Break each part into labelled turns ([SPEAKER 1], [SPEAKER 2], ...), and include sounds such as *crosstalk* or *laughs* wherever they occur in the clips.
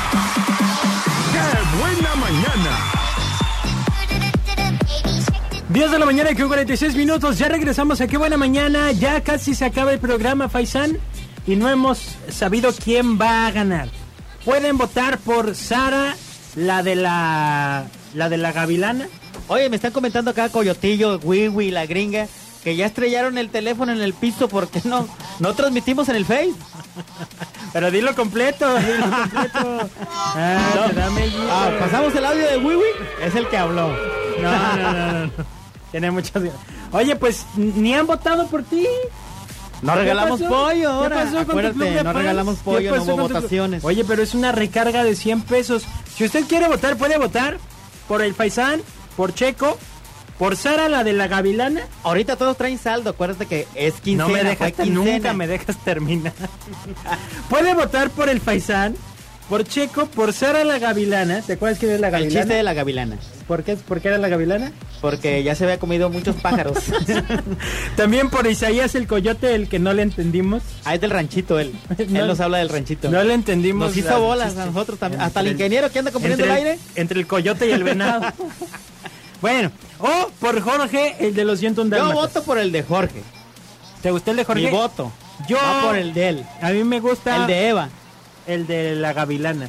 [SPEAKER 1] Ortiz. ¡Qué buena mañana!
[SPEAKER 2] 10 de la mañana con 46 minutos, ya regresamos a qué buena mañana, ya casi se acaba el programa Faisán y no hemos sabido quién va a ganar. Pueden votar por Sara, la de la la de la gavilana.
[SPEAKER 3] Oye, me están comentando acá Coyotillo, Wiwi, la gringa, que ya estrellaron el teléfono en el piso porque no, no transmitimos en el Face.
[SPEAKER 2] Pero dilo completo, *laughs* dilo completo. Ah, te da mellizos.
[SPEAKER 3] Ah, pasamos el audio de Wiwi, es el que habló.
[SPEAKER 2] No, no, no, no, no. Tiene muchas Oye, pues ni han votado por ti.
[SPEAKER 3] No regalamos
[SPEAKER 2] pasó?
[SPEAKER 3] pollo
[SPEAKER 2] ¿Qué
[SPEAKER 3] ahora.
[SPEAKER 2] pasó con tu
[SPEAKER 3] Acuérdate,
[SPEAKER 2] club de
[SPEAKER 3] no
[SPEAKER 2] fans?
[SPEAKER 3] regalamos
[SPEAKER 2] ¿Qué
[SPEAKER 3] pollo, no
[SPEAKER 2] pasó
[SPEAKER 3] hubo
[SPEAKER 2] con tu club?
[SPEAKER 3] votaciones.
[SPEAKER 2] Oye, pero es una recarga de 100 pesos. Si usted quiere votar, puede votar por el Faisán, por Checo, por Sara, la de la Gavilana.
[SPEAKER 3] Ahorita todos traen saldo, acuérdate que es quincena,
[SPEAKER 2] No me
[SPEAKER 3] fue
[SPEAKER 2] dejas, y
[SPEAKER 3] quincena.
[SPEAKER 2] nunca me dejas terminar. *laughs* puede votar por el Faisán, por Checo, por Sara, la Gavilana. ¿Te acuerdas quién es la
[SPEAKER 3] El
[SPEAKER 2] Gavilana?
[SPEAKER 3] chiste de la gavilana,
[SPEAKER 2] ¿Por, qué, ¿Por qué era la Gavilana?
[SPEAKER 3] porque ya se había comido muchos
[SPEAKER 2] *laughs*
[SPEAKER 3] pájaros.
[SPEAKER 2] También por Isaías el Coyote, el que no le entendimos.
[SPEAKER 3] ah, es del ranchito él.
[SPEAKER 2] No.
[SPEAKER 3] él nos habla del ranchito.
[SPEAKER 2] No le entendimos.
[SPEAKER 3] nos hizo
[SPEAKER 2] la-
[SPEAKER 3] bolas a nosotros también.
[SPEAKER 2] Entre
[SPEAKER 3] Hasta el
[SPEAKER 2] el-
[SPEAKER 3] ingeniero que anda componiendo
[SPEAKER 2] entre
[SPEAKER 3] el
[SPEAKER 2] el,
[SPEAKER 3] aire.
[SPEAKER 2] entre el coyote y el venado.
[SPEAKER 3] *laughs*
[SPEAKER 2] bueno, o por Jorge, el de los 101
[SPEAKER 3] Yo
[SPEAKER 2] dálmatas.
[SPEAKER 3] voto por el de Jorge.
[SPEAKER 2] ¿Te gustó el de Jorge?
[SPEAKER 3] Mi voto.
[SPEAKER 2] Yo-
[SPEAKER 3] Va por el de él.
[SPEAKER 2] A mí me gusta
[SPEAKER 3] El de Eva.
[SPEAKER 2] el de la gavilana.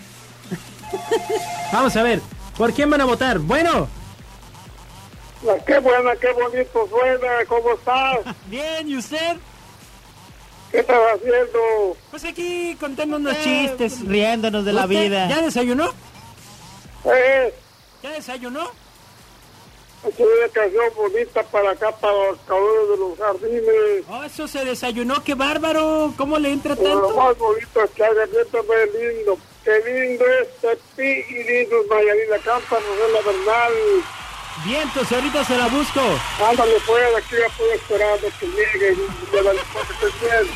[SPEAKER 2] Vamos a ver, ¿por quién van a votar? Bueno,
[SPEAKER 4] Pues Qué buena, qué bonito suena, ¿cómo estás?
[SPEAKER 2] bien, ¿y usted?
[SPEAKER 4] ¿Qué estás haciendo?
[SPEAKER 2] Pues aquí contando unos
[SPEAKER 3] Chistes, riéndonos de la
[SPEAKER 2] Eh, ¿Usted
[SPEAKER 3] vida.
[SPEAKER 2] ¿Ya desayunó?
[SPEAKER 4] Eh,
[SPEAKER 2] ¿Ya desayunó?
[SPEAKER 4] es una canción bonita para acá, para los cabrones de los jardines.
[SPEAKER 2] Oh, eso se desayunó, qué bárbaro. ¿Cómo le entra
[SPEAKER 4] Pero lo
[SPEAKER 2] tanto?
[SPEAKER 4] más bonito es que hagan esto muy lindo. Qué lindo es Tepi y lindo es Mayarina Campa, Rosela Bernal.
[SPEAKER 2] Vientos, ahorita se la busco.
[SPEAKER 4] Ándale, pues, aquí ya estoy esperando que lleguen. pues, Que la disfruten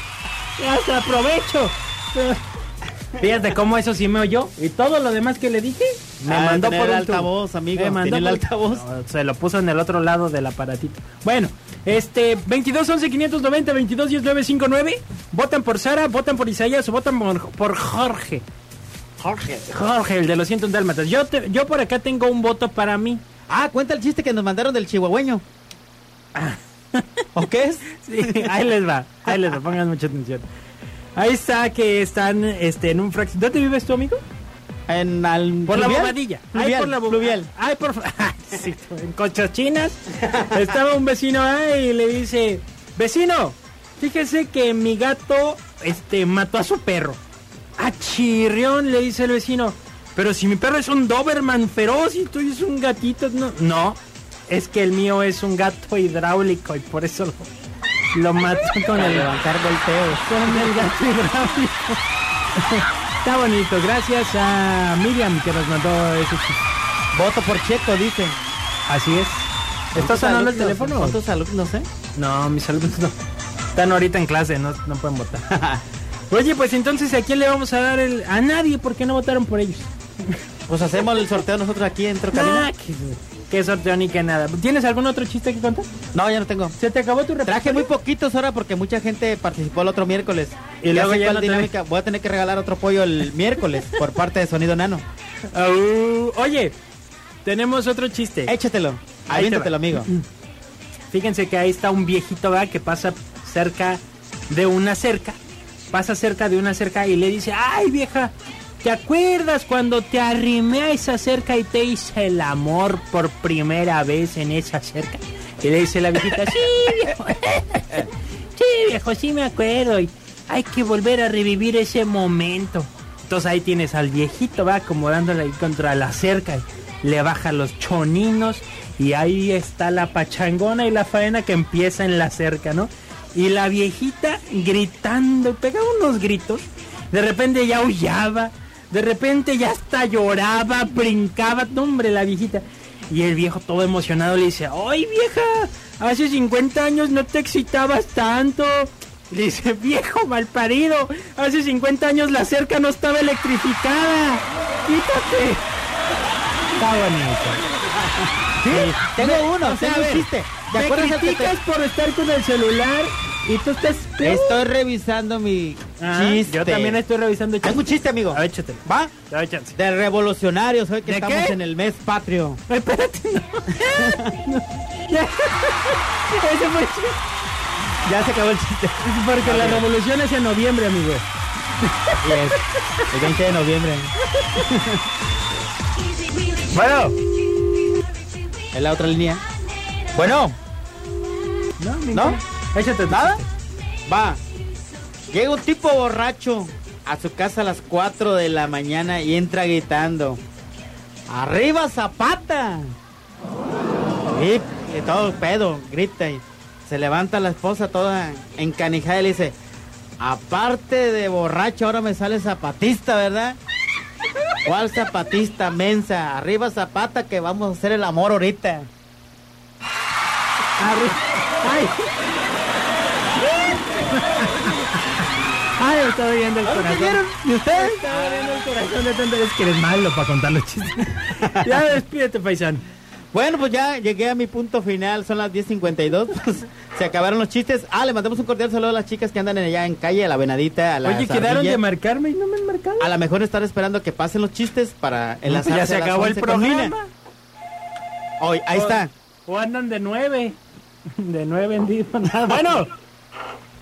[SPEAKER 4] bien.
[SPEAKER 2] Hasta aprovecho. Fíjate cómo eso sí me oyó. Y todo lo demás que le dije, me
[SPEAKER 3] Ah,
[SPEAKER 2] mandó
[SPEAKER 3] tener
[SPEAKER 2] por
[SPEAKER 3] el
[SPEAKER 2] un tubo.
[SPEAKER 3] altavoz, amigo,
[SPEAKER 2] Me mandó
[SPEAKER 3] tiene el
[SPEAKER 2] por-
[SPEAKER 3] altavoz.
[SPEAKER 2] No, se lo puso en el otro lado del aparatito. Bueno, este 22 11 590 22 10 959. Votan por Sara, votan por Isaías o votan por, por Jorge.
[SPEAKER 3] Jorge.
[SPEAKER 2] Jorge, el de los 100 dálmatas. Yo te- yo por acá tengo un voto para mí.
[SPEAKER 3] Ah, cuenta el chiste que nos mandaron del chihuahueño. Ah. *laughs* ¿O qué es?
[SPEAKER 2] Sí, *laughs* ahí les va, ahí les va, pongan mucha atención. Ahí está que están este, en un fracción. ¿Dónde vives tú, amigo?
[SPEAKER 3] En al
[SPEAKER 2] Por la
[SPEAKER 3] fluvial.
[SPEAKER 2] bobadilla.
[SPEAKER 3] Fluvial,
[SPEAKER 2] ay, por la bo-
[SPEAKER 3] fluvial.
[SPEAKER 2] Ay, por fa- *laughs* ay, sí, en conchas chinas. Estaba un vecino ahí y le dice, vecino, fíjese que mi gato este, mató a su perro. A chirrión le dice el vecino, pero si mi perro es un Doberman feroz y tú es un gatito, no. No, es que el mío es un gato hidráulico y por eso lo, lo mató con el levantar golpeos. Con el gato hidráulico. Está bonito, gracias a Miriam que nos mandó ese chiste.
[SPEAKER 3] Voto por Checo, dicen.
[SPEAKER 2] Así es. ¿Está
[SPEAKER 3] ¿Cuántos
[SPEAKER 2] sonando el
[SPEAKER 3] alumnos-
[SPEAKER 2] teléfono?
[SPEAKER 3] ¿Cuántos alumnos, eh?
[SPEAKER 2] No, mis alumnos no. Están ahorita en clase, no, no pueden votar. *laughs* Oye, pues entonces, ¿a quién le vamos a dar el...? A nadie, porque no votaron por ellos.
[SPEAKER 3] Pues hacemos el sorteo nosotros aquí dentro,
[SPEAKER 2] Nah,
[SPEAKER 3] cabina.
[SPEAKER 2] qué, qué sorteo ni qué nada. ¿Tienes algún otro chiste que contar?
[SPEAKER 3] No, ya no tengo.
[SPEAKER 2] ¿Se te acabó tu
[SPEAKER 3] Traje muy
[SPEAKER 2] repertorio?
[SPEAKER 3] poquitos ahora porque mucha gente participó el otro miércoles.
[SPEAKER 2] Y luego
[SPEAKER 3] sé
[SPEAKER 2] ya
[SPEAKER 3] cuál
[SPEAKER 2] no te
[SPEAKER 3] dinámica. Voy a tener que regalar otro pollo el miércoles por parte de Sonido Nano.
[SPEAKER 2] Au, oye, tenemos otro chiste.
[SPEAKER 3] Échatelo.
[SPEAKER 2] Ahí te
[SPEAKER 3] Aviéntatelo,
[SPEAKER 2] va.
[SPEAKER 3] amigo.
[SPEAKER 2] Fíjense que ahí está un viejito, ¿verdad? Que pasa cerca de una cerca. Pasa cerca de una cerca y le dice, ay vieja, ¿te acuerdas cuando te arrimé a esa cerca y te hice el amor por primera vez en esa cerca? Y le dice la viejita, sí viejo, sí viejo, sí me acuerdo. Y hay que volver a revivir ese momento. Entonces ahí tienes al viejito, va acomodándole ahí contra la cerca. Le baja los choninos y ahí está la pachangona y la faena que empieza en la cerca, ¿no? Y la viejita gritando, pegaba unos gritos. De repente ya aullaba, de repente ya hasta lloraba, brincaba, no, hombre, la viejita. Y el viejo todo emocionado le dice, ¡ay vieja! Hace 50 años no te excitabas tanto. Le dice, viejo malparido, hace 50 años la cerca no estaba electrificada. Quítate. Está bonito.
[SPEAKER 3] Tengo uno,
[SPEAKER 2] O sea,
[SPEAKER 3] tengo
[SPEAKER 2] a
[SPEAKER 3] un
[SPEAKER 2] ver,
[SPEAKER 3] chiste. ¿Te
[SPEAKER 2] me
[SPEAKER 3] acuerdas el que te-
[SPEAKER 2] criticas por estar con el celular Y tú estás.
[SPEAKER 3] Estoy revisando mi
[SPEAKER 2] Ajá,
[SPEAKER 3] chiste.
[SPEAKER 2] Ah, Yo también estoy revisando
[SPEAKER 3] Tengo un
[SPEAKER 2] chistes.
[SPEAKER 3] chiste, amigo.
[SPEAKER 2] A ver, échatelo.
[SPEAKER 3] ¿Va?
[SPEAKER 2] Dame chance.
[SPEAKER 3] De revolucionarios, hoy que
[SPEAKER 2] ¿De
[SPEAKER 3] estamos
[SPEAKER 2] qué?
[SPEAKER 3] en el mes patrio.
[SPEAKER 2] No, espérate, no. No. Ese fue el chiste.
[SPEAKER 3] Ya se acabó el chiste.
[SPEAKER 2] Porque la revolución es en noviembre, amigo.
[SPEAKER 3] Y es el 20 de noviembre.
[SPEAKER 2] Bueno.
[SPEAKER 3] Es la otra línea. Bueno,
[SPEAKER 2] No,
[SPEAKER 3] ¿No?
[SPEAKER 2] ¿No? Échate tu
[SPEAKER 3] ¿Nada?
[SPEAKER 2] chiste.
[SPEAKER 3] Va. Llega un tipo borracho a su casa a las 4 de la mañana y entra gritando. ¡Arriba Zapata! Y, y todo pedo, grita y se levanta la esposa toda encanijada y le dice, aparte de borracho ahora me sale zapatista, ¿verdad? ¿Cuál zapatista mensa? Arriba Zapata que vamos a hacer el amor ahorita.
[SPEAKER 2] Arri- Ay. Ay, me está doliendo el corazón.
[SPEAKER 3] vieron?
[SPEAKER 2] ¿Y ustedes? Está doliendo el corazón de tanto es que eres malo para contar los chistes. ya despídete, paisano.
[SPEAKER 3] Bueno, pues ya llegué a mi punto final, son las 10.52, *laughs* pues, se acabaron los chistes. Ah, le mandamos un cordial saludo a las chicas que andan allá en calle, a la venadita, a la
[SPEAKER 2] Oye, quedaron
[SPEAKER 3] Zarrilla.
[SPEAKER 2] de marcarme y no me han marcado.
[SPEAKER 3] A lo mejor estar esperando que pasen los chistes para enlazarse
[SPEAKER 2] ya se
[SPEAKER 3] a las
[SPEAKER 2] acabó el
[SPEAKER 3] 11 con Lina.
[SPEAKER 2] programa.
[SPEAKER 3] Hoy, ahí está.
[SPEAKER 2] O andan de nueve. De nueve en diez, *laughs* nada. Bueno,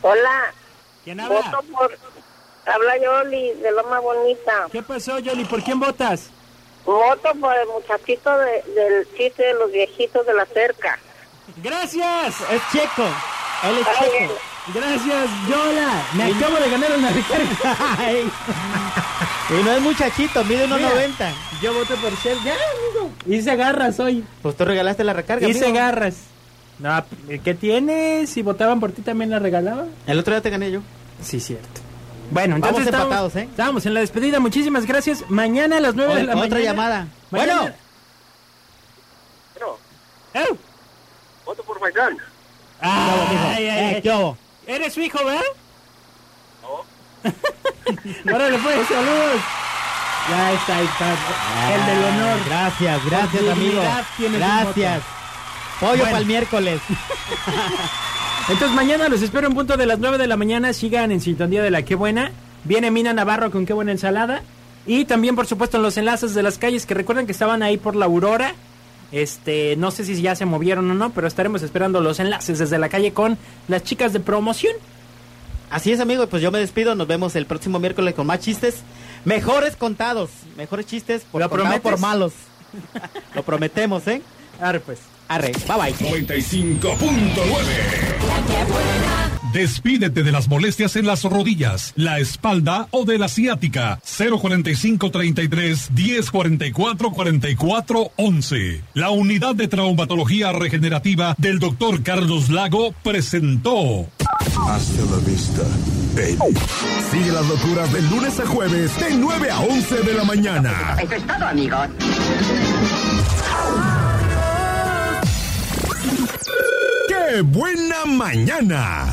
[SPEAKER 5] Hola,
[SPEAKER 2] ¿quién
[SPEAKER 5] voto
[SPEAKER 2] habla?
[SPEAKER 5] por... Habla Yoli, de Loma Bonita.
[SPEAKER 2] ¿Qué pasó, Yoli? ¿Por quién votas?
[SPEAKER 5] Voto por el muchachito de- del chiste de los viejitos de la cerca.
[SPEAKER 2] ¡Gracias!
[SPEAKER 3] Es Checo. Él es
[SPEAKER 5] Ay,
[SPEAKER 2] *laughs*
[SPEAKER 3] Checo.
[SPEAKER 2] Gracias, Yola. Me acabo de ganar una recarga.
[SPEAKER 3] Ay. y no es muchachito, mide 1.90.
[SPEAKER 2] Yo voto por ser. Ya, amigo. Hice agarras hoy.
[SPEAKER 3] Pues tú regalaste la recarga.
[SPEAKER 2] Hice
[SPEAKER 3] amigo.
[SPEAKER 2] garras. No, ¿qué tienes? Si votaban por ti también la regalaba.
[SPEAKER 3] El otro día te gané yo.
[SPEAKER 2] Sí, cierto. Bueno, entonces
[SPEAKER 3] Vamos
[SPEAKER 2] estamos,
[SPEAKER 3] empatados, ¿eh?
[SPEAKER 2] estamos en la despedida. Muchísimas gracias. Mañana a las 9 de la
[SPEAKER 3] Otra
[SPEAKER 2] mañana.
[SPEAKER 3] llamada.
[SPEAKER 2] Mañana-
[SPEAKER 3] Bueno.
[SPEAKER 4] Pero,
[SPEAKER 2] ¡Ew!
[SPEAKER 4] voto por Maidán.
[SPEAKER 2] Ay, ay, ay.
[SPEAKER 3] Eh, ¿qué hubo?
[SPEAKER 2] ¿Eres su hijo, verdad? No. *laughs* Órale, pues, saludos. Ya está, ahí está. El del honor.
[SPEAKER 3] Ah, Gracias, gracias,
[SPEAKER 2] Por
[SPEAKER 3] amigo.
[SPEAKER 2] dignidad tienes un
[SPEAKER 3] Gracias. Pollo
[SPEAKER 2] Bueno.
[SPEAKER 3] para el miércoles.
[SPEAKER 2] Entonces mañana los espero en punto de las 9 de la mañana. Sigan en sintonía de la Qué Buena. Viene Mina Navarro con Qué Buena Ensalada. Y también, por supuesto, en los enlaces de las calles que recuerden que estaban ahí por la Aurora. Este, no sé si ya se movieron o no, pero estaremos esperando los enlaces desde la calle con las chicas de promoción.
[SPEAKER 3] Así es, amigo. Pues yo me despido. Nos vemos el próximo miércoles con más chistes. Mejores contados. Mejores chistes por,
[SPEAKER 2] ¿Lo
[SPEAKER 3] contado por
[SPEAKER 2] prometes?
[SPEAKER 3] malos. *laughs* Lo prometemos, ¿eh?
[SPEAKER 2] Arre, pues.
[SPEAKER 3] Arre. Bye bye.
[SPEAKER 1] 95.9. Despídete de las molestias en las rodillas, la espalda o de la ciática. 045 33 10 44 44 11. La unidad de traumatología regenerativa del doctor Carlos Lago presentó.
[SPEAKER 6] Hasta la vista, baby. Sigue las locuras de lunes a jueves, de 9 a 11 de la mañana.
[SPEAKER 7] Eso es todo, amigos.
[SPEAKER 6] ¡Qué buena mañana!